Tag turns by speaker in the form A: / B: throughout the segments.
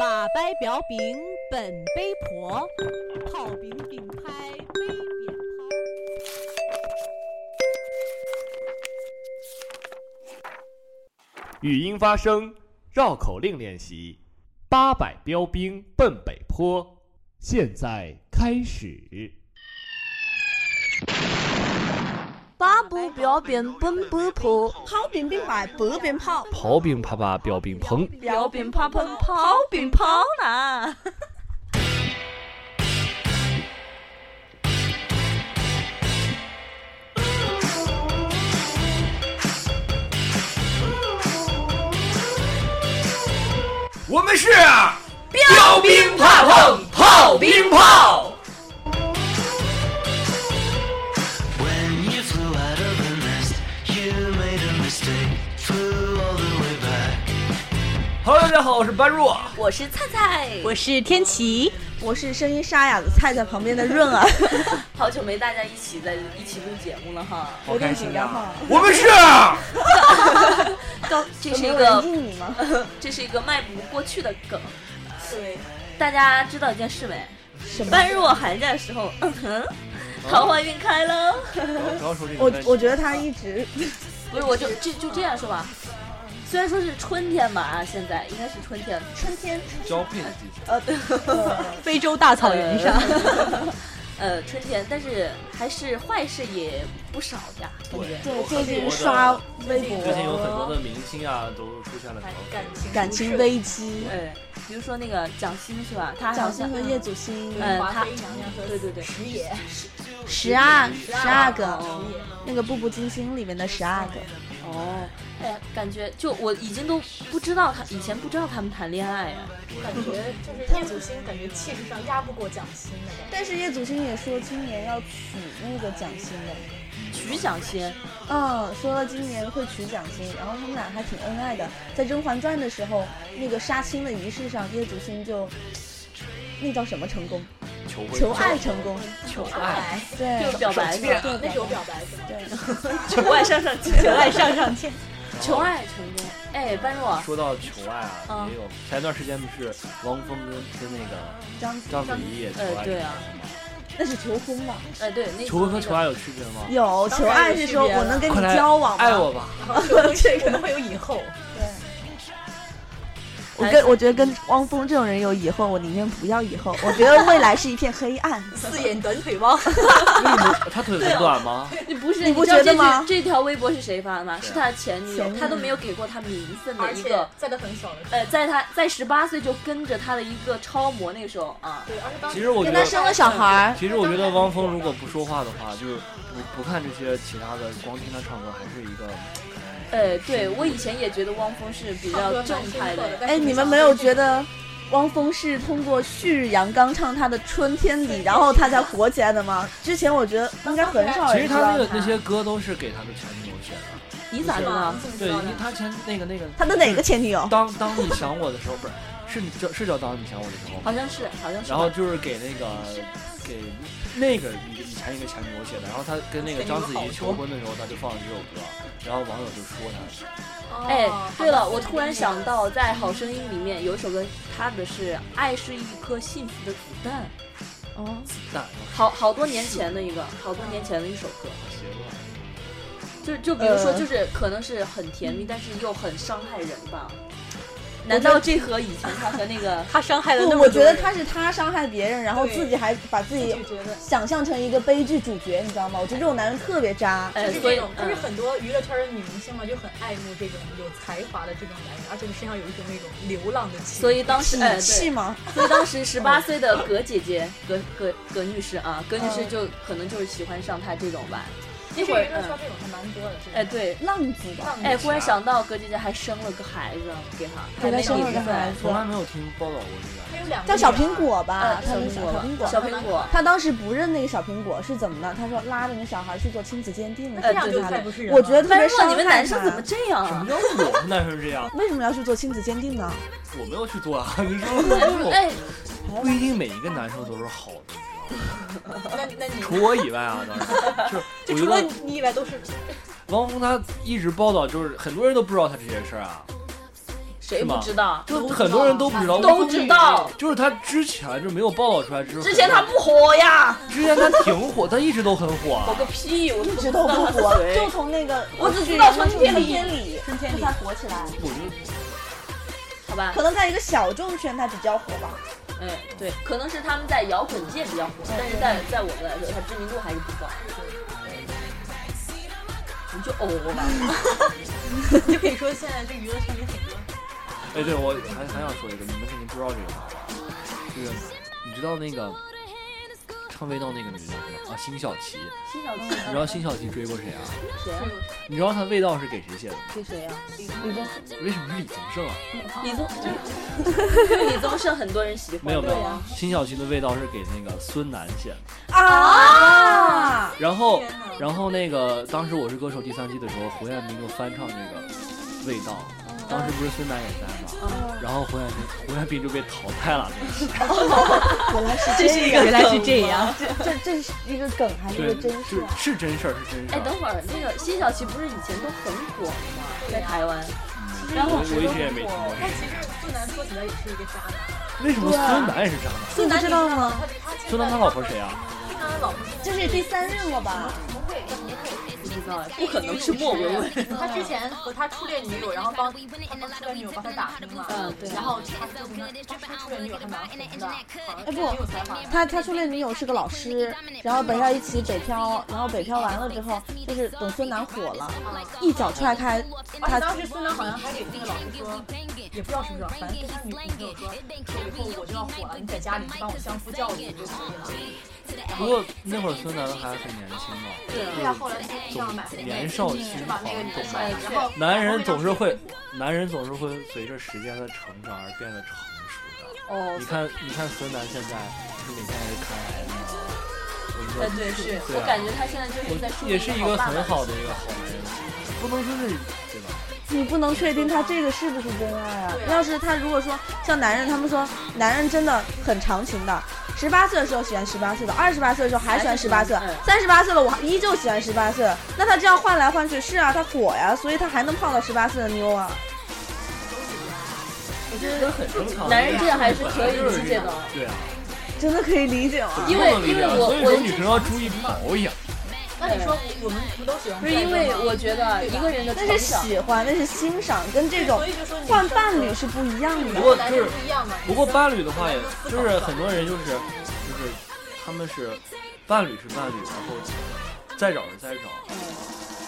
A: 把掰瓢饼本杯婆，泡饼饼拍杯扁抛。
B: 语音发声绕口令练习：八百标兵奔北坡，现在开始。
C: 八步表演奔波坡，
D: 跑饼饼摆，薄饼泡，
B: 刨冰啪啪标兵砰，
C: 表演啪喷跑饼跑呢。
B: 我们是
E: 啊
B: 标兵怕碰炮兵炮。
F: When you flew out of the nest, you made a mistake. Flew all the way back.
B: Hello，大家好，我是般若。
C: 我是菜菜，我是天琪，
D: 我是声音沙哑的菜菜旁边的润啊，
C: 好久没大家一起在一起录节目了哈。
D: 有点紧张哈。
B: 我们是
D: 都
C: 这是
D: 没有
C: 一个
D: 人应你吗？
C: 这是一个迈不过去的梗。
D: 对，
C: 大家知道一件事没？
D: 什么？
C: 般若寒假的时候，嗯哼，桃花运开了。
D: 我我觉得他一直
C: 不是，我就这就这样说吧。虽然说是春天吧，啊，现在应该是春天，
D: 春天
E: 交配的季节，
D: 呃对，呃
A: 非洲大草
C: 原上。 呃，春天，但是还是坏事也不少呀，感觉。
D: 对，最近刷微
E: 最近有很
D: 博，
E: 多的明星啊，都出现了调
C: 感
E: 情。
C: 情
D: 感情危机，
C: 呃，比如说那个蒋欣是吧？她
D: 蒋
C: 好
D: 欣
C: 像
D: 和叶祖新，
C: 嗯，她对对对，
D: 十二十二个
C: 哦，
D: 那个《步步惊心》里面的十二个，
C: 哦，哎呀，感觉就我已经都不知道他以前不知道他们谈恋爱啊呀。
G: 感觉就是叶祖新，感觉气势上压不过蒋欣的感觉。
D: 但是叶祖新也说今年要娶那个蒋欣的。
C: 曲蒋欣，
D: 嗯，说了今年会娶蒋欣，然后他们俩还挺恩爱的。在《甄嬛传》的时候，那个杀青的仪式上，叶祖新就那叫什么成功？
E: 求
D: 求爱成功，
C: 求爱，
D: 对，
C: 就是表白是吧？
D: 对
G: 那有表白是吗？
D: 对，
C: 求爱上上签，
A: 可爱上上签，
C: 求爱成功。哎，般若，
E: 说到求爱啊，
C: 嗯
E: 也有前一段时间不是王峰跟跟那个
D: 张子
E: 章子怡也求
C: 呃，
E: 爱
C: 对
E: 成
C: 啊，
D: 那是求婚吧？
C: 哎对，那
E: 求婚和求
C: 爱，
E: 爱有区别吗？
D: 有求爱是说我能跟你交往吗？
E: 爱我 吧！
G: 这可能会有以后。
D: 我跟我觉得跟汪峰这种人有以后，我宁愿不要以后。我觉得未来是一片黑暗。
G: 四眼短腿猫，
E: 为什么他腿很短吗？
C: 你不是
D: 你不
C: 知道
D: 觉得
C: 这句
D: 吗啊
C: 这条微博是谁发的吗？是他的前女
D: 前
C: 友
D: 女，友
C: 他都没有给过他名分的
G: 而
C: 一
G: 且
C: 个。
G: 在的很小的时候。
C: 呃，在他在十八岁就跟着他的一个超模，那个时候啊，
G: 对，而且当时
E: 其实我觉
D: 跟他
E: 得，
D: 生了小孩儿，
E: 其实我觉得汪峰如果不说话的话，就是不不看这些其他的，光听他唱歌还是一个。
C: 呃，对我以前也觉得汪峰是比较正派的，
D: 哎，你们没有觉得汪峰是通过旭日阳刚唱他的《春天里》，然后他才火起来的吗？之前我觉得应该很少
E: 其
D: 人
E: 实
D: 知
E: 他
D: 道
E: 那个那些歌都是给他的前女友选的。
C: 你咋知道？
E: 对，因为他前那个那个
D: 他的哪个前女友？
E: 当当你想我的时候，不是是你叫是叫当你想我的时候吗，
C: 好像是，好像是吧。
E: 然后就是给那个给那个以以前一个前女友写的，然后他跟那个章子怡求婚的时候，他就放了这首歌，然后网友就说他，
G: 哦
C: 哎，对了，我突然想到，在《好声音》里面有一首歌，它的是“爱是一颗幸福的子弹
D: 哦，
E: 但
C: 好好多年前的一个，好多年前的一首歌，
E: 邪恶，
C: 就就比如说，
D: 呃
C: 就是可能是很甜
G: 嗯
C: 蜜，但是又很伤害人吧。难道这和以前他和那 个他伤害
D: 不，我觉得他是他伤害别人，然后
G: 对
D: 自己还把自己
G: 就觉得。
D: 想象成一个悲剧主角，你知道吗？我觉得这种男人特别渣。
C: 哎，
G: 就是
C: 所
G: 这
C: 以
G: 种，就是很多娱乐圈的女明星嘛，就很爱慕这种有才华的这种男人，而且身上有一种那种流浪的气。
C: 所以当时哎
D: 痞气
C: 对，
D: 吗？
C: 所以 当时十八岁的葛姐姐葛葛葛女士啊，葛女士就可能就是喜欢上他这种吧。
G: 嗯其
C: 那
G: 实
C: 会儿
G: 娱乐圈
C: 嗯
G: 这种还蛮多的。
C: 哎对，
D: 浪子吧，
C: 哎，忽然想到葛姐姐还生了个孩子给他，
D: 给他
C: 那
D: 生了
C: 名
D: 个
C: 字
D: 孩子
E: 从，来没有听报道过这个。
G: 还有两个
D: 叫小苹果
C: 呃
D: 吧，，啊他
C: 小
D: 们
C: 苹
D: 小
C: 果吧
D: 苹果，嗯
C: 小苹果，
D: 他当时不认那个小苹果是怎么的？他说拉着那小孩去做亲子鉴定了，
G: 这
C: 哎
D: 是
G: 样
D: 干
G: 就
D: 啥
G: 太
D: 的？
G: 不是人了。
D: 我觉得特
C: 般
D: 别
C: 若，
D: 伤
C: 哎你们男生
D: 害
C: 怎
D: 他
C: 么这样
E: 什么
C: 啊？
E: 叫我们男生这样？
D: 为什么要去做亲子鉴定呢？
E: 我没有去做啊，你说我
C: 哎，
E: 不一定每一个男生都是好的，
G: 那那你
E: 除我以外啊，当然就是
G: 除
E: 我觉
G: 了
E: 得
G: 你以外都是
E: 汪峰他一直报道，就是很多人都不知道他这些事儿啊。
C: 谁
E: 是
C: 不
E: 吗
C: 知道？
E: 就很多人都不知道，
C: 都知道，
E: 就是他之前就没有报道出来之后，
C: 之前他不火呀，
E: 之前他挺火，他一直都很火
C: 火
E: 啊。
C: 个屁！我
D: 一
C: 都
D: 直
C: 不
D: 都
C: 知道
D: 不
C: 他是
D: 火，
C: 谁
D: 就从那个
C: 我只知道
D: 春
C: 春天里
D: 天里，春天里才火起来。
E: 我就
C: 好吧
D: 可，能在一个小众圈它比较火吧。
C: 嗯，对，可能是他们在摇滚界比较火，但是在在我们来说，他知名度还是不高。你就偶吧，
G: 就可以说现在这娱乐圈里很多
E: 哎，对我还还想说一个，你们肯定不知道这个吧？就是你知道那个唱味道那个女的叫什么啊？辛晓琪。
C: 辛晓琪
D: 嗯
E: 你知道辛晓琪追过谁啊？
C: 谁啊？
E: 你知道她味道是给谁写的吗？
C: 给谁呀？
E: 为什么是李宗盛啊？
C: 李宗，李宗盛很多人喜欢。
E: 没有没有
C: 对呀，
E: 辛晓琪的味道是给那个孙楠写的。
D: 啊！
E: 然后
G: 天哪，
E: 然后那个当时《我是歌手》第三季的时候，侯彦斌就翻唱那个《味道》，当时不是孙楠也在吗？然后侯彦斌，侯彦斌就被淘汰了。
D: 原
E: 那期
D: 来是这是一个，
A: 原来是这样。
D: 这这是一个梗还是一
E: 对
D: 个，真事
E: 是
D: 啊？
E: 是真事儿，是真事
C: 哎，等
E: 儿。
C: 会儿那个辛晓琪不是以前都很火吗？在台湾，然后
E: 我我一直也没听过这
G: 他
E: 个。
G: 其实不难说起来也是一个渣男。
E: 为什么
D: 对啊
E: 孙楠也是这样的？
D: 你知道吗？
G: 他他其实
E: 孙楠他老婆谁啊？
G: 孙楠的老婆
D: 这是第三任了吧？
C: 不知道，不可能是莫文蔚。
G: 他之前和他初恋女友，然后帮他们初恋女友帮他打拼嘛，
C: 嗯对
G: 然后他说什么，他他初恋女友还蛮红的，哎
D: 哎不
G: 挺有才华的，
D: 他他初恋女友是个老师，然后本校一起北漂，然后北漂完了之后，就是等孙楠火了，一脚踹开
G: 而且当
D: 他，
G: 时孙楠好像还给那个老师说，也不知道是不是啊，反正跟他女朋友说，说以后我就要火了，你在家里帮我相夫教育就可以了。
E: 不过那会儿孙楠还很年轻嘛，
G: 对呀，后来他就上买了
E: 总
G: 那
E: 年
G: 个，
E: 少
G: 是
E: 轻
G: 吧
E: 狂？，
G: 那个女的
E: 懂
G: 上
E: 吗
G: 来，？然后
E: 男人总是会，男人总是会随着时间的成长而变得成熟的。
C: 哦
E: 你，看，你看孙楠现在就是每天还是看孩子嘛，我觉
C: 哎对，
E: 得
C: 是
E: 对啊
C: 我感觉他现在就是在树
E: 我也是一个很好的一个好男人，不能说是对吧？
D: 你不能确定他这个是不是真爱啊？要是他如果说像男人，他们说男人真的很长情的，十八岁的时候喜欢十八岁的，二十八岁的时候还喜欢十八岁
C: 还是喜欢，
D: 三十八岁了我还依旧喜欢十八岁，那他这样换来换去，是啊，他火呀，所以他还能泡到十八岁的妞啊。
E: 我觉得这很正常。
C: 男人这样还是可以理解的
E: 对啊，
D: 真的可以理解吗？
C: 因为
E: 不能理解啊
C: 因为我
E: 所以
C: 我
E: 说女生要注意保养。
G: 那你说我们不都喜欢？
C: 不是因为我觉得一个人的
D: 那
C: 成
D: 是
C: 长，
D: 喜欢，那是欣赏，跟这种
G: 所以就说女生
D: 换伴侣是不一样的
E: 不。过
G: 男
E: 就
G: 人
E: 是
G: 不一样嘛。
E: 不过伴侣的话，也就是很多人就是就是他们是伴侣是伴侣，然后再找是再找。
C: 嗯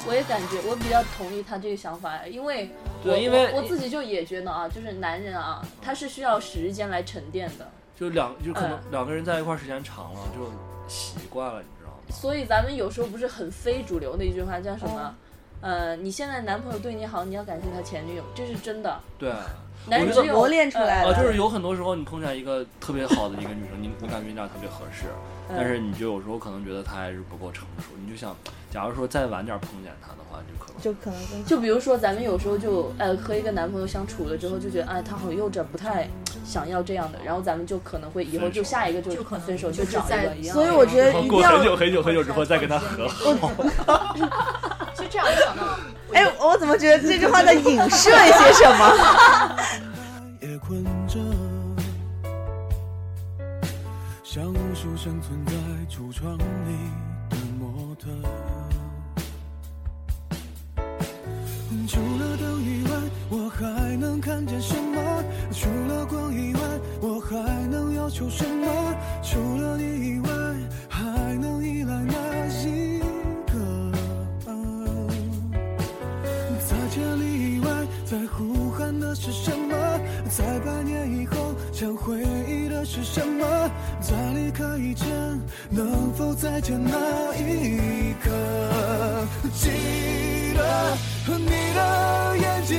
C: 我也感觉我比较同意他这个想法，因为
E: 对
C: 我
E: 因为
C: 我我自己就也觉得啊，就是男人啊，他是需要时间来沉淀的，
E: 就两就可能
C: 哎
D: 嗯
E: 两个人在一块儿时间长了就习惯了，你知道吗？
C: 所以咱们有时候不是很非主流的一句话叫什
D: 哦
C: 么？呃，你现在男朋友对你好，你要感谢他前女友，这是真的。
E: 对。
C: 男人
E: 我觉
C: 只
E: 得
C: 有
D: 磨练出来
C: 呃
E: 啊，就是有很多时候你碰见一个特别好的一个女生，你你感觉你俩特别合适，
D: 嗯
C: 呃
E: 但是你就有时候可能觉得她还是不够成熟，你就想，假如说再晚点碰见她的话，你就可能
D: 就可能跟
C: 呃就比如说，咱们有时候就呃和一个男朋友相处了之后，就觉得哎，他好幼稚，不太想要这样的，然后咱们就可能会以后就下一个就
G: 就可能
C: 分手，
G: 就
C: 就
G: 是
C: 找一
G: 在
C: 个一样
D: 所
C: 的。
D: 以我觉得一定要，
E: 很久很久之后再跟她和好。
G: 其实这样想到，
D: 哎，我怎么觉得这句话在影射一些什么？
H: 也困着，像无数生存在橱窗里的模特。除了灯以外，我还能看见什么？除了光以外，我还能要求什么？除了你以外，还能依赖哪一个？在千里以外，在呼喊的是什么？在百年以后，想回忆的是什么？在离开以前，能否再见那一刻？记得和你的眼睛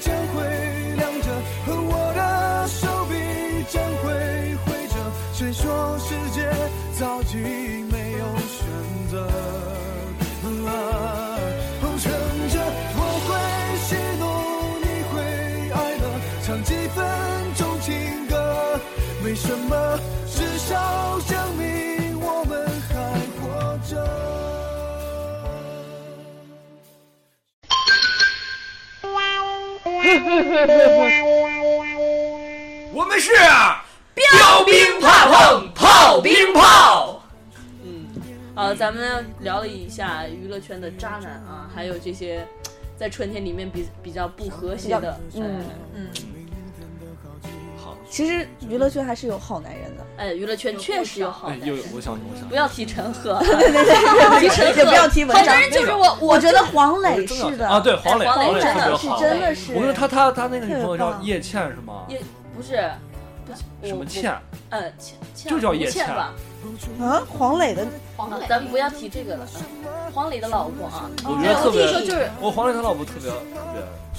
H: 将会亮着，和我的手臂将会挥着。谁说世界早已没有选择了？哦，趁着我会喜怒，你会哀乐，唱几分钟情歌，没什么，至少证明我们还活着。
B: 嘿嘿嘿嘿嘿
E: 们是标兵怕碰炮兵炮。
C: 啊，咱们聊了一下娱乐圈的渣男啊，还有这些在春天里面比比较不和谐的，
D: 嗯
G: 嗯，
E: 好，
D: 其实娱乐圈还是有好男人的，
C: 哎，娱乐圈确实有好
E: 哎，
C: 男
E: 又
C: 人
E: 有，我想我想
C: 不，要提陈 赫，啊
D: 对对也不要提文
C: 好
D: 章
C: 男。人就是我，
D: 我
C: 我
D: 觉得黄磊
E: 真的
D: 是的
E: 啊，，对黄磊，
C: 哎黄磊
E: 磊
D: 真的
C: 真
E: 特别
C: 的
D: 是
E: 好，
D: 真的是。
E: 我跟你说他他他那个女朋友
D: 特别
E: 叫
D: 棒
E: 叶倩是吗？
C: 叶不是，不
E: 什
C: 我
E: 么倩？
C: 呃，倩倩
E: 就叫
C: 吴
E: 叶
C: 倩
E: 倩
C: 吧。
D: 啊，黄磊的
G: 黄
C: 啊
G: 磊，
C: 咱们不要提这个了。嗯黄磊的老婆啊，
E: 我觉
C: 哎
E: 得特
C: 我
E: 别
C: 听，说就是，
E: 我黄磊他老婆特别特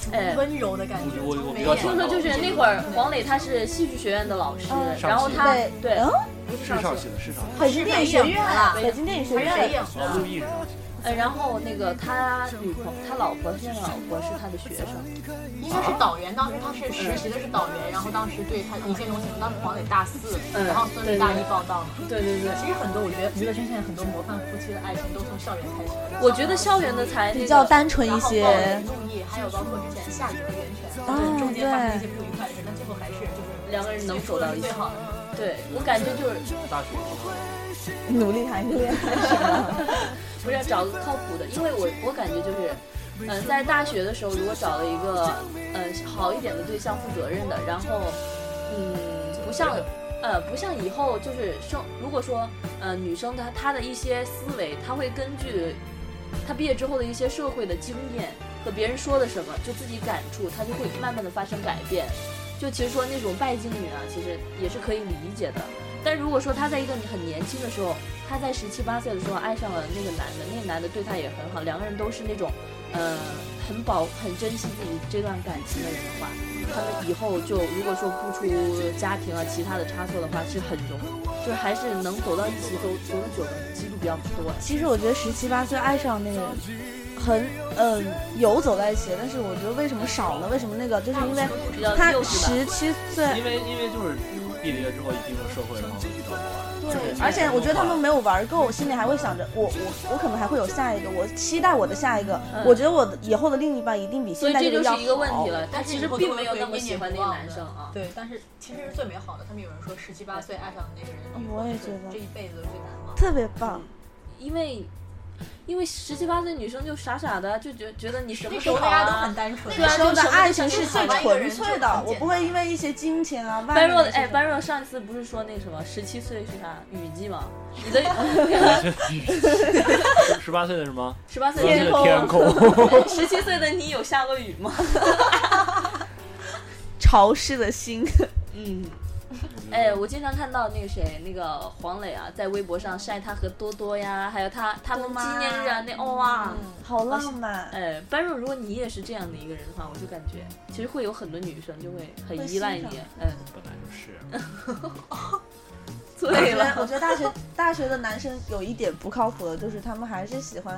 E: 别，
C: 哎，
G: 温柔的感觉，
E: 我我我比较
C: 我
E: 喜欢
C: 听说就是那会儿黄磊他是戏剧学院的老师
D: 嗯，
C: 然后他
D: 对
C: 对
D: 嗯，
C: 不是
E: 是
C: 上
E: 上
C: 戏
E: 戏，的，是上戏
D: 北京电影学院啊，
C: 北
D: 北京电影学
G: 还是
D: 院
G: 演
E: 的，啊，
G: 的，
E: 陆毅是上戏
C: 呃，
E: 的，
C: 然后那个他女朋友，他老婆现在老婆是他的学生，
G: 应该是导员，当时他是实习的是导员，然后当时对他一见钟情，当时黄磊大四，
C: 嗯
G: 然后孙俪大一报道嘛。
C: 对对对，
G: 其实很多，我觉得娱乐圈现在很多模范夫妻的爱情都从校园开始的，
C: 我觉得校园的才
D: 比
C: 那
D: 较
C: 个，
D: 单纯
G: 然
D: 一
G: 后
D: 些
G: 暴。雨陆毅，还有包括之前夏雨和袁泉，就是中间发生一些不愉快的事，但最后还是就是
C: 两个人能走到一起
G: 最，好的。
C: 对我感觉就是
E: 大学
D: 努力谈恋爱，
C: 不是找个靠谱的，因为我我感觉就是，嗯、在大学的时候如果找了一个嗯、呃好一点的对象，负责任的，然后嗯不像呃不像以后就是生，如果说呃女生她她的一些思维，她会根据她毕业之后的一些社会的经验和别人说的什么，就自己感触，她就会慢慢的发生改变。就其实说那种拜金女啊，其实也是可以理解的。但如果说她在一个很年轻的时候，她在十七八岁的时候爱上了那个男的，那个男的对她也很好，两个人都是那种，呃，很保很珍惜自己这段感情的人的话，他们以后就如果说不出家庭啊其他的差错的话，是很容易，就是还是能走到一起走走得久的几率比较多。
D: 其实我觉得十七八岁爱上那个人，很嗯、有走在一起，但是我觉得为什么少呢？为什么那个？就是因为
C: 比较
D: 他
C: 幼稚吧，
D: 十七岁，
E: 因为因为就是毕了业之后一进入社会，然后就遇到不爱，
D: 对，而且我觉得他们没有玩够，心里还会想着我我我可能还会有下一个，我期待我的下一个。
C: 嗯
D: 我觉得我的以后的另一半一定比
C: 所
D: 现
C: 以
D: 在
C: 这
D: 个
C: 就
D: 要
C: 是一个问
D: 好
C: 题了。他其实并没有那么喜欢那个男生啊。
G: 对，但是其实是最美好的。他们有人说十七八岁爱上的那个人，
D: 我也觉得
G: 这一辈子都最难忘。
D: 特别棒。
C: 因为因为十七八岁女生就傻傻的，就觉觉得你什
G: 那
C: 么
G: 时候
C: 好
G: 大家都
C: 啊
G: 很。单纯，
D: 那时候的爱情是
G: 是
D: 最纯粹的，我不会因为一些金钱啊、 外
C: 般
D: 面
C: 若
D: 的
C: 哎，
D: 这种
C: 般若上次不是说那什么十七岁是啥雨季吗？你的
E: 十八岁的是吗？
C: 十八岁
D: 天
C: 的
D: 空
E: 天空，
C: 十七岁的你有下过雨吗？
D: 潮湿的心。
C: 嗯，哎，我经常看到那个谁，那个黄磊啊，在微博上晒他和多多呀，还有他他们纪念日啊，那哦哇。
D: 好 浪漫，
C: 哎，般若，如果你也是这样的一个人的话，我就感觉其实会有很多女生就会
D: 会
C: 很依
D: 欣
C: 赖
D: 赏
C: 你，嗯，
E: 本来就是。
D: 我
C: 对
D: 觉得
C: 了，
D: 我觉得大学大学的男生有一点不靠谱的，就是他们还是喜欢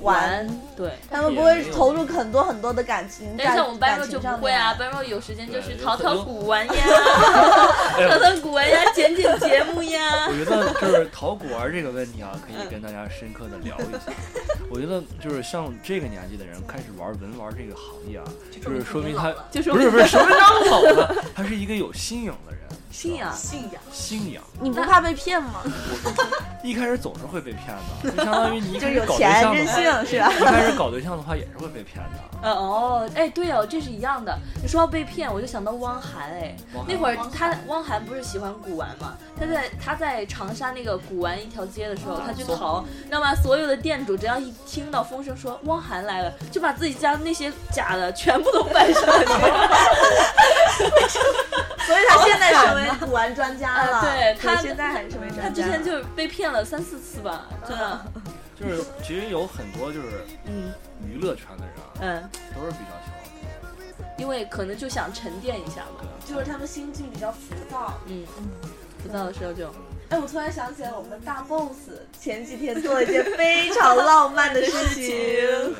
D: 玩
C: 玩，对，
D: 他们不会投入很多很多的感情在
C: 但是像我们班
D: 感
C: 若
D: 情
C: 就不
D: 上
C: 会啊，
D: 面。
C: 班若有时间就
E: 对
C: 是
E: 有
C: 淘
E: 很
C: 淘
E: 多
C: 古玩 呀，淘淘古玩呀，剪剪节目呀
E: 我。觉得就是淘古玩这个问题啊，可以跟大家深刻的聊一 下。我觉得就是像这个年纪的人开始玩文玩这个行业啊，就是说明他
C: 就说
E: 不是不是什么叫老了，他是一个有信仰的人。
C: 信仰，
G: 信仰。
E: 信仰，
D: 你不怕被骗吗？
E: 一开始总是会被骗 的，就相当于你一
D: 就
E: 开
D: 是
E: 始
D: 有
E: 搞对
D: 钱
E: 象
D: 任
E: 的话，
D: 性是吧？
E: 一开始搞对象的话也是会被骗的。
C: 呃哦，哎，对哦，这是一样的。你说到被骗，我就想到汪涵，哎，
E: 汪涵
C: 那会儿他汪涵不是喜欢古玩嘛？他在他在长沙那个古玩一条街的时候，他去淘，你知道吗？所有的店主只要一听到风声说汪涵来了，就把自己家那些假的全部都摆上去。
D: 所以他现在成 为呃古玩专家了。
C: 啊对他
D: 现在还成为专家。
C: 他之前就是被骗了三四次吧，真的，
E: 就是其实有很多就是
C: 嗯
E: 娱乐圈的人啊，
C: 嗯，
E: 都是比较喜欢
C: 因为可能就想沉淀一下嘛，
D: 就是他们心境比较浮躁。
C: 嗯，不到的时候就
D: 哎，我突然想起来，我们大 boss 前几天做了一 件非常浪漫的事 情。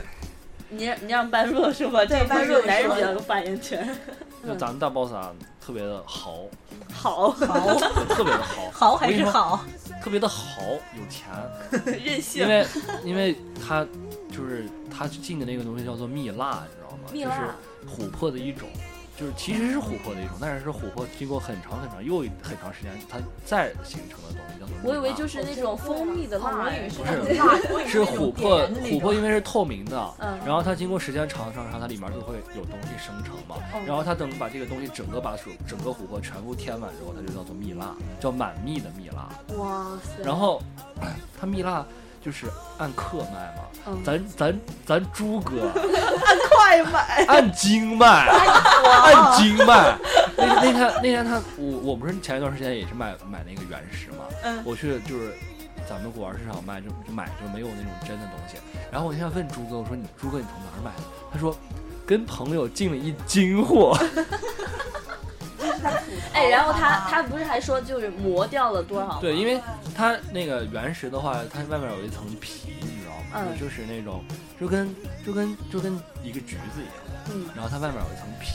C: 你让你让般若说吧，
D: 对
C: 这个
D: 般若
C: 若男人
D: 说
C: 比较有发言权。
D: 嗯
E: 的。就咱们大 boss 啊，特别的豪，
C: 好，
E: 特别的豪，
G: 好还
E: 我跟
G: 是
E: 你说
G: 好？
E: 特别的豪，有钱。
C: 任性
E: 因。为因为他就是他进的那个东西叫做蜜蜡，你知道吗？
C: 蜜蜡
E: 就是琥珀的一种，就是其实是琥珀的一种，但是是琥珀经过很长很长又一很长时间它再形成的东西叫做
C: 我以为就是是那种蜂蜜的
G: 哦
C: 辣
G: 我以为
C: 哎，
G: 是
E: 不
G: 那
E: 是
G: 种蜡烛，我以为
E: 是
G: 那种
E: 琥
G: 点
E: 珀
G: 燃的，那
E: 琥珀
G: 种
E: 因为是透明的，
C: 嗯
E: 然后它经过时间长长，它里面就会有东西生成嘛，然后它等把这个东西整个把琥整个琥珀全部填满之后，它就叫做蜜蜡，叫满蜜的蜜蜡。
C: 哇塞，
E: 然后它蜜蜡就是按克卖嘛，
C: 嗯
E: 咱咱咱猪哥
D: 快买！
E: 按斤卖，按斤卖。那那天那天他我我不是前一段时间也是买买那个原石嘛，
D: 嗯
E: 我去就是咱们古玩市场卖就就买就没有那种真的东西。然后我那天问朱哥，我说你朱哥你从哪儿买的？他说跟朋友进了一斤货。
C: 哎，然后他他不是还说就是磨掉了多少？
E: 对，因为它那个原石的话，它外面有一层皮，你知道吗？
C: 嗯
E: 就是那种就跟就跟就跟一个橘子一样，
C: 嗯，
E: 然后它外面有一层皮，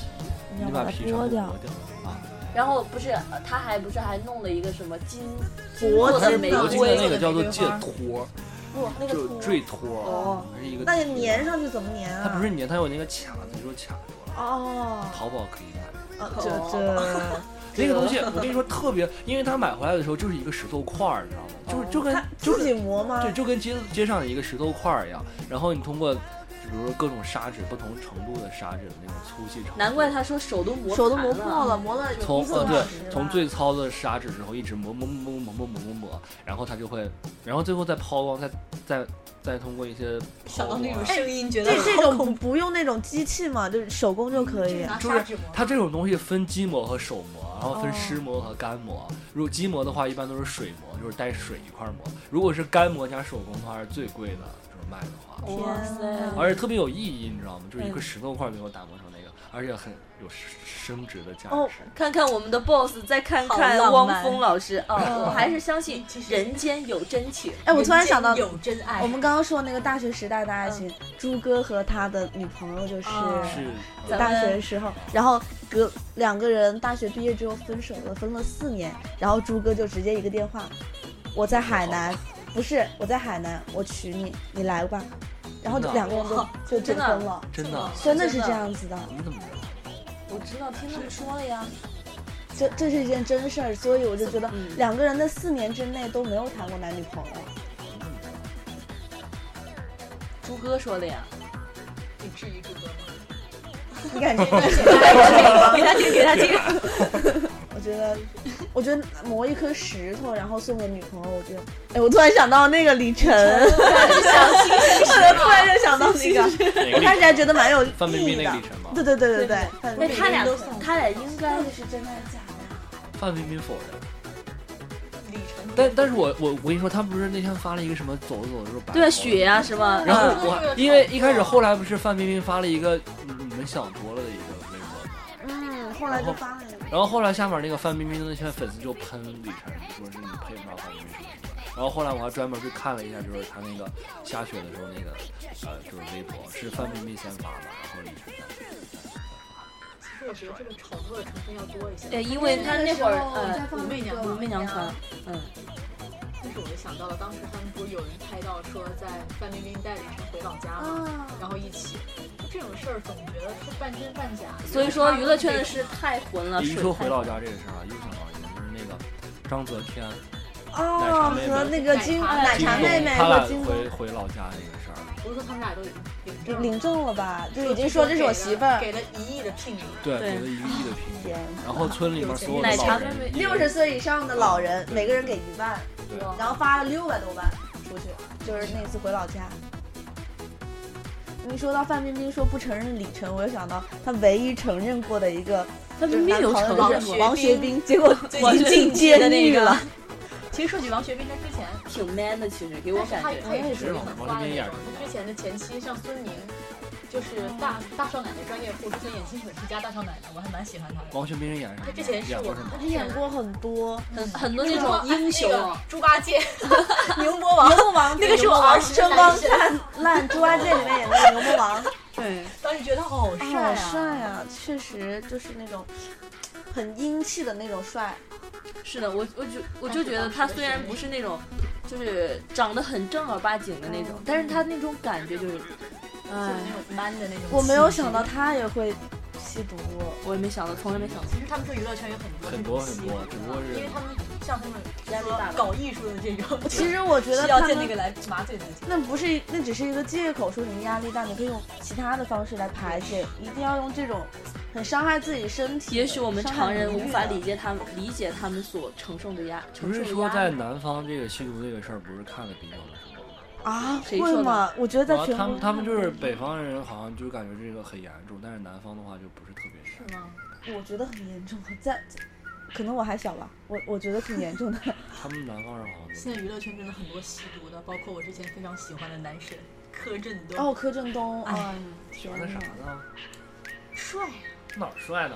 D: 你要
E: 你把
D: 把它
E: 皮全部
D: 剥
E: 剥
D: 掉
E: 掉啊。
C: 然后不是呃他还不是还弄了一个什么金金
D: 铂
C: 做的
D: 金
C: 玫
D: 的
E: 铂金的
C: 瑰
E: 那个叫做戒
D: 玫瑰花
E: 托，
D: 不，那个
E: 就
D: 图
E: 是坠托
D: 哦，
E: 它是一个。
D: 那个粘上去怎么粘啊？
E: 它不是粘，它有那个卡子，就是卡住了。
D: 哦，
E: 淘宝可以买
D: 啊这
C: 哦
D: 这。
E: 那个东西，
D: 哦
E: 我跟你说特别，因为它买回来的时候就是一个石头块儿，你知道吗？
C: 哦
E: 就是就跟
D: 他
E: 就
D: 自己
E: 是
D: 磨吗？
E: 对，就跟街街上的一个石头块儿一样。然后你通过，比如说各种砂纸，不同程度的砂纸的那种粗细程度，
C: 难怪他说手都磨
D: 手都磨
C: 残
D: 破了，磨了有
E: 从
D: 一个
E: 呃
D: 多
E: 对
D: 小时，吧
E: 从最糙的砂纸之后一直磨磨磨磨磨磨磨磨，然后它就会，然后最后再抛光，再再再通过一些抛
G: 想到
E: 光
G: 那种
E: 啊。
G: 声音，觉得
D: 这这种不不用那种机器嘛，就是手工就可以。
G: 拿
E: 就是
G: 砂纸磨，
E: 它这种东西分机磨和手磨，然后分
D: 哦
E: 湿磨和干磨。如果机磨的话，一般都是水磨，就是带水一块儿磨。如果是干磨加手工的话，是最贵的，就是卖的话，
C: 哇塞！
E: 而且特别有意义，你知道吗？就是一
D: 嗯
E: 个石头块儿给我打磨成那个，而且很有升升值的价
D: 哦
E: 值。
C: 看看我们的 boss，再看
G: 好
C: 看
G: 浪
C: 汪
G: 漫
C: 峰老师啊，
D: 嗯
C: 我还是相信
G: 其实
C: 人间有真情。
D: 哎，我突然
G: 人间
D: 想到，
G: 有真爱，
D: 我们刚刚说那个大学时代的爱情，朱哥和他的女朋友就是
G: 哦
E: 是
C: 咱
D: 大学
C: 们
D: 时候，然后隔两个人大学毕业之后分手了，分了四年，然后朱哥就直接一个电话，我在海南，不是我在海南，我娶你，你来吧，然后就
E: 真的
D: 两个人都
G: 哇
D: 就结
C: 真的
D: 婚了，
E: 真的，
D: 真的是
C: 真的
D: 这样子的。
E: 我们怎么知道？
C: 我知道听他们说了呀，
D: 这这是一件真事儿，所以我就觉得
C: 嗯
D: 两个人在四年之内都没有谈过男女朋友。
C: 朱哥说的呀。
G: 你质疑朱哥吗？
D: 你感 觉？哎给他听，给他听。我觉得， 我觉得磨一颗石头，然后送给女朋友，我觉得，哎，我突然想到那个李晨，我 突然就想到那个，
E: 哪
D: 我
E: 个
D: 开
E: 历
D: 始还觉得蛮有意
E: 范冰冰
D: 义
E: 那个历
D: 的。
E: 程吗？
D: 对对对对对，范
C: 那
D: 冰冰
C: 他俩
G: 都算
C: 他俩应该
D: 到底是真的还是假的？
E: 范冰冰否认。
G: 李晨，
E: 但但是我我我跟你说，他们不是那天发了一个什么走着走着就白
C: 对
E: 头
C: 啊雪呀是吧？
E: 然后
G: 嗯
E: 我还因为一开始后来不是范冰冰发了一个嗯你们想多了的一个微博吗，
D: 嗯，后来就发了一个。
E: 然后后来下面那个范冰冰的那些粉丝就喷李晨，说是你配不上范冰冰什么什么。然后后来我还专门去看了一下，就是他那个下雪的时候那个呃就是微博是范冰冰先发的，然后李晨再
G: 其实我觉得这个炒作的成分要多一些。
C: 对，因为他那会儿呃，
G: 武媚娘，
C: 武媚娘传，嗯，
G: 就是我就想到了当时他们不是有人拍到说在范冰冰带李晨回老家
D: 啊，
G: 吗？然后一起，这种事儿总觉得是半真半假。
C: 所以说娱乐圈的事太混了。
E: 发。一
C: 水
E: 说
C: 太
E: 回老家这个事儿啊，又想到一个就是那个张泽天
D: 哦，和那个金奶茶哎妹妹
E: 他
D: 和
E: 俩
D: 金
E: 回回老家那个事儿。
G: 不是说他们俩都已经领证了
D: 领证了吧？就已经说这是我媳妇儿。
G: 给了一亿的聘礼，
E: 对，
C: 对
E: 给了一个亿的聘 金
D: 天，
E: 然后村里面所有的
C: 奶茶
E: 老
C: 妹妹
E: 人
D: 六十岁以上的老人，
E: 嗯
D: 每个人给一万，
E: 对
D: 然后发了六百多万出去，就是那次回老家。你说到范冰冰说不承认李晨，我又想到她唯一承认过的一个
C: 范冰冰有
D: 就是
C: 承
D: 她朋友
C: 认
D: 就是
C: 过，
D: 王学兵，结果
C: 王
D: 已
C: 学
D: 经进
C: 兵
D: 监狱了。
G: 其实说起王学兵，他之前，
C: 挺 man 的，其实给我
G: 但是
C: 感
G: 哎他
C: 觉。
G: 他也属于
E: 是
G: 很
E: 王
G: 花的
E: 学兵
G: 那
E: 演
G: 种。
E: 的
G: 之前的前妻像孙宁，就是大大少奶奶专业户，之前演《新粉世家》大少奶奶，我还蛮喜欢她的。
E: 王学兵演什么？
G: 她之前是
E: 演
G: 我
E: 过什，么？
G: 她之前
D: 过很多，
C: 很很多
G: 那
C: 那
G: 种
C: 种英雄，
G: 猪八戒，
D: 牛魔王，牛魔王，
G: 那个是我儿时
D: 春
G: 的
D: 光
G: 男神
D: 灿烂猪八戒里面演的牛魔 王，
C: 对，
G: 当时觉得他好帅
D: 好
G: 啊！
D: 帅啊！确实就是那种很英气的那种帅。
C: 是的，我我就我就觉得他虽然不是那种，就是长得很正儿八经的那种，但是他那种感觉就是，
G: 就是
C: 哎
G: 那，种 man 的那种。
D: 我没有想到，他也会吸毒，
C: 我也没想到，从来没想到。
G: 其实他们对娱乐圈有很多
E: 很多很多，只不过
G: 因为
E: 是
G: 他们像他们
C: 压力
G: 说
C: 大吧
G: 搞艺术的这种，
D: 其实我觉得他
G: 是要
D: 们
G: 借那个来麻醉自己。
D: 那不是，那只是一个借口，说你压力大，你可以用其他的方式来排解，一定要用这种很伤害自己身体。
C: 也许我们
D: 伤害
C: 常人
D: 名誉啊
C: 无法
D: 的
C: 理解他们理解他们所承受的压承
E: 不
C: 受
E: 是
C: 的
E: 说
C: 压
E: 在
C: 力。
E: 南方这个吸毒这个事儿，不是看的比较的什么吗？
D: 啊，
C: 谁说
D: 会
C: 的
D: 吗？我觉得在
E: 然后
D: 全
E: 啊他
D: 国
E: 们他们就是北方人，好像就感觉这个很严重，但是南方的话就不是特别严重。
D: 我觉得很严重，在可能我还小吧，我我觉得挺严重的。
E: 他们南方人好像
G: 现
E: 就
G: 在娱乐圈真的很多吸毒的，包括我之前非常喜欢的男神柯震东，
D: 哦，柯震东，
G: 哎
D: 哎，
E: 喜
D: 天
E: 欢那啥
D: 呐！
E: 呢？
G: 帅，
E: 哪儿帅呢？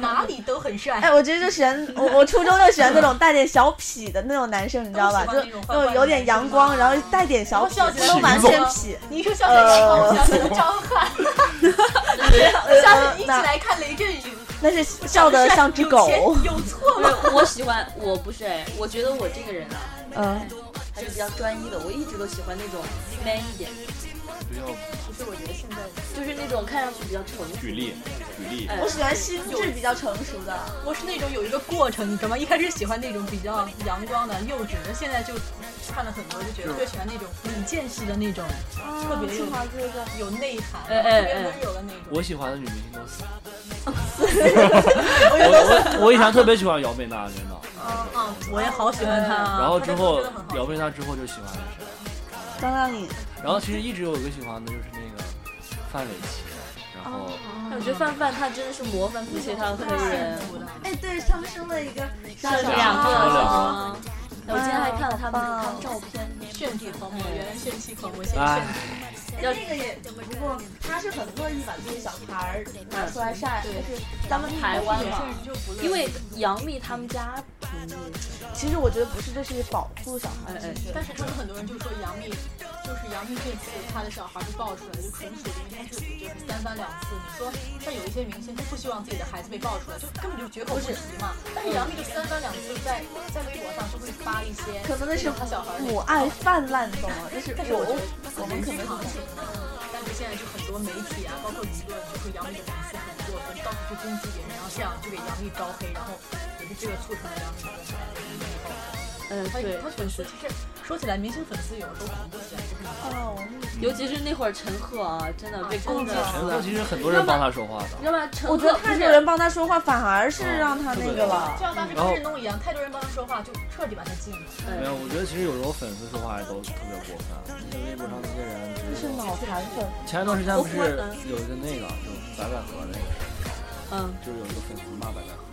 G: 哪里都很
C: 呃
G: 帅。
D: 哎，我觉得就喜欢 我，我初中就喜欢那种带点小痞的那种男生，你知道吧？
G: 都
D: 就
G: 喜欢那种坏坏的
D: 就有点阳光，
G: 男生
D: 然
G: 吗
D: 后带点小
G: 然后笑
D: 痞
G: 起，来
D: 都蛮
G: 很
D: 偏
G: 阳光
D: 痞。
G: 你一说小沈阳，我想
C: 呃
G: 起了张翰，下次一起
D: 那
G: 来看雷震宇，
D: 呃那是笑得像只狗。
G: 有钱有错
C: 不
G: 吗？
C: 是，我喜欢，我不是哎，我觉得我这个人啊，
D: 嗯，
C: 还是比较专一的。我一直都喜欢那种 man 一点，
E: 不要
G: 其实我觉得现在，
C: 就是那种看上去比较成熟。
E: 举例举例，
C: 哎
D: 我喜欢心智比较成熟的。
G: 我是那种有一个过程，你知道吗？一开始喜欢那种比较阳光的、幼稚的，现在就看了很多，就觉得特喜欢那种李健式的那种，特别
D: 哦
G: 有
D: 哥哥，
G: 有内涵、
C: 哎哎
G: 特别
C: 哎
G: 温柔的那种。
E: 我喜欢的女明星都死了。我我我以前特别喜欢姚贝娜，真的。
G: 啊啊，我也好喜欢他啊。
E: 然后
G: 他
E: 之
G: 的歌
E: 后
G: 真的很好
E: 姚贝娜之后就喜欢了谁了？
D: 张靓颖，
E: 然后其实一直有一个喜欢的就是那个范玮琪，然后
C: 哎我觉得范范他真的是模范夫妻，他和人。
G: 幸福的
D: 哎，对他们生了一个
C: 哎是啊两个
E: 生了两个
C: 吗？哎我今天还看了他们他们照片，
G: 炫技狂魔，
C: 哎
G: 原来炫技狂魔，现在
E: 哎
G: 炫技。
C: 要
D: 那个也，不过他是很乐意把自己小孩儿拿出来晒，
G: 对
D: 就是咱们
C: 台湾
G: 有
C: 嘛
G: 些人就不乐意
C: 因为杨幂他们家庭
D: 其实我觉得不是，这是保护小孩
C: 哎
D: 儿。
C: 哎，
G: 但是他们很多人就说杨幂，就是杨幂这次她的小孩就爆出来，就纯属的应该是就是三番两次。你说像有一些明星，他不希望自己的孩子被爆出来，就根本就绝口不提嘛。但是杨幂就三番两次在在微博上就会发一些，
D: 可能那是
G: 她小孩
D: 母爱泛滥，懂吗？就是
G: 但是我觉得
D: 我我们可能
G: 行情嘛。但是现在就很多媒体啊，包括舆论，就说杨幂的粉丝很过分，到处去攻击别人，然后这样就给杨幂招黑，然后也是这个促成了杨幂的小孩的爆出来。
C: 嗯
G: 他
C: 对
G: 他，粉丝其实说起来，明星粉丝有时候恐怖起来就是你
D: 哦，
C: 尤其是那会儿陈赫啊，真的被攻击死
E: 陈赫
C: 了。
E: 其实很多人帮他说话的
C: 你知。道吗？陈
D: 我觉得
C: 赫
D: 太
C: 不
D: 多
C: 是
D: 人帮他说话，反而是让他那个
G: 就
D: 了。
G: 像当时柯震东一样，太多人帮他说话，就彻底把他禁了。
C: 呃
E: 没有，我觉得其实有时候粉丝说话也都特别过分。那些微博上那些人就
D: 这是脑残粉，
E: 前一段时间不是有一个那个，就白百合那个，
C: 嗯，
E: 就是有一个粉丝骂白百合，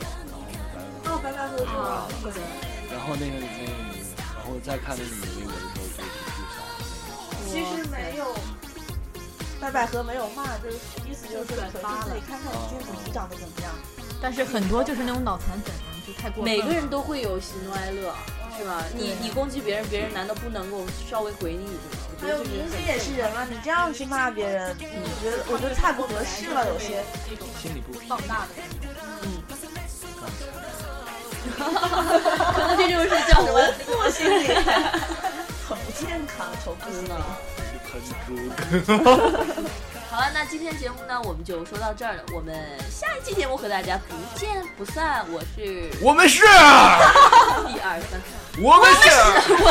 E: 然后白百合，
D: 哦，白白说说，
E: 然后那个那个女，然后再看那个女微博的时候就就想，
D: 其实没有。哦白百合没有骂，就是意思就是说，你回去自己看看你镜子
E: 哦
D: 你长得怎么样。
G: 但是很多就是那种脑残粉，啊就太过
C: 每个人都会有喜怒哀乐，是吧？你你攻击别人，别人难道不能够稍微回你一点吗？我觉
D: 还有
C: 得这
D: 明
C: 是
D: 星也是人啊嘛，你这样去骂别人，我觉得我觉得太不合适了，有 些。
G: 那种
E: 心里不平
G: 放
E: 衡。
G: 大的人。
C: 可能这就是叫什么？
D: 不心理，很不健康，仇富 心理。
E: 很猪
C: 好了，那今天节目呢，我们就说到这儿了。我们下一期节目和大家不见不散。我是
E: 我们 是，
C: 一二三，
E: 我们是，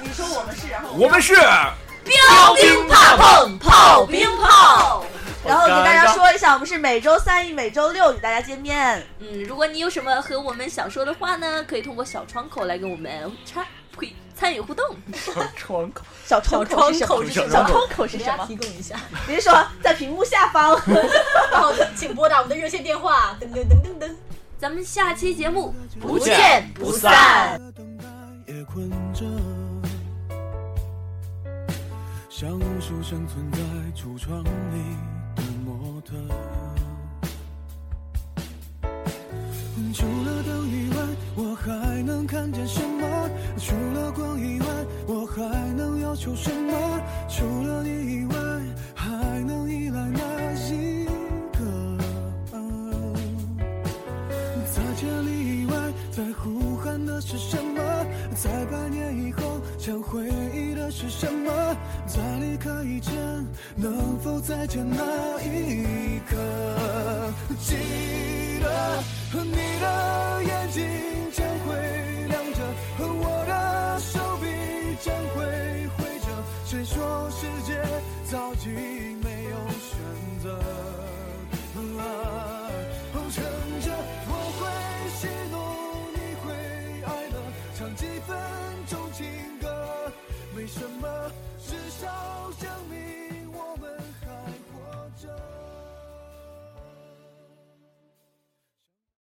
D: 你说我们是，然后
E: 我们是。
C: 标兵大炮，炮兵炮。
D: 然后给大家说一下，我们是每周三与每周六与大家见面。
C: 嗯，如果你有什么和我们想说的话呢，可以通过小窗口来跟我们参会参与互动。
E: 窗口，
D: 小窗口是什么？
E: 小窗口
D: 小窗口是
G: 给
D: 什
G: 大家
D: 么？
G: 提供一下，
D: 您说在屏幕下方。
G: 然后请拨打我们的热线电话，噔噔噔噔噔。
C: 咱们下期节目
E: 不见不散。
H: 等待也困着，像无数生存在橱窗里的模特。除了灯以外，我还能看见什么？除了光以外，我还能要求什么？除了你以外，还能依赖哪一个？在这里以外，在呼喊。憾的是什么？在百年以后想回忆的是什么？在离开以前能否再见那一刻？记得你的眼睛。啊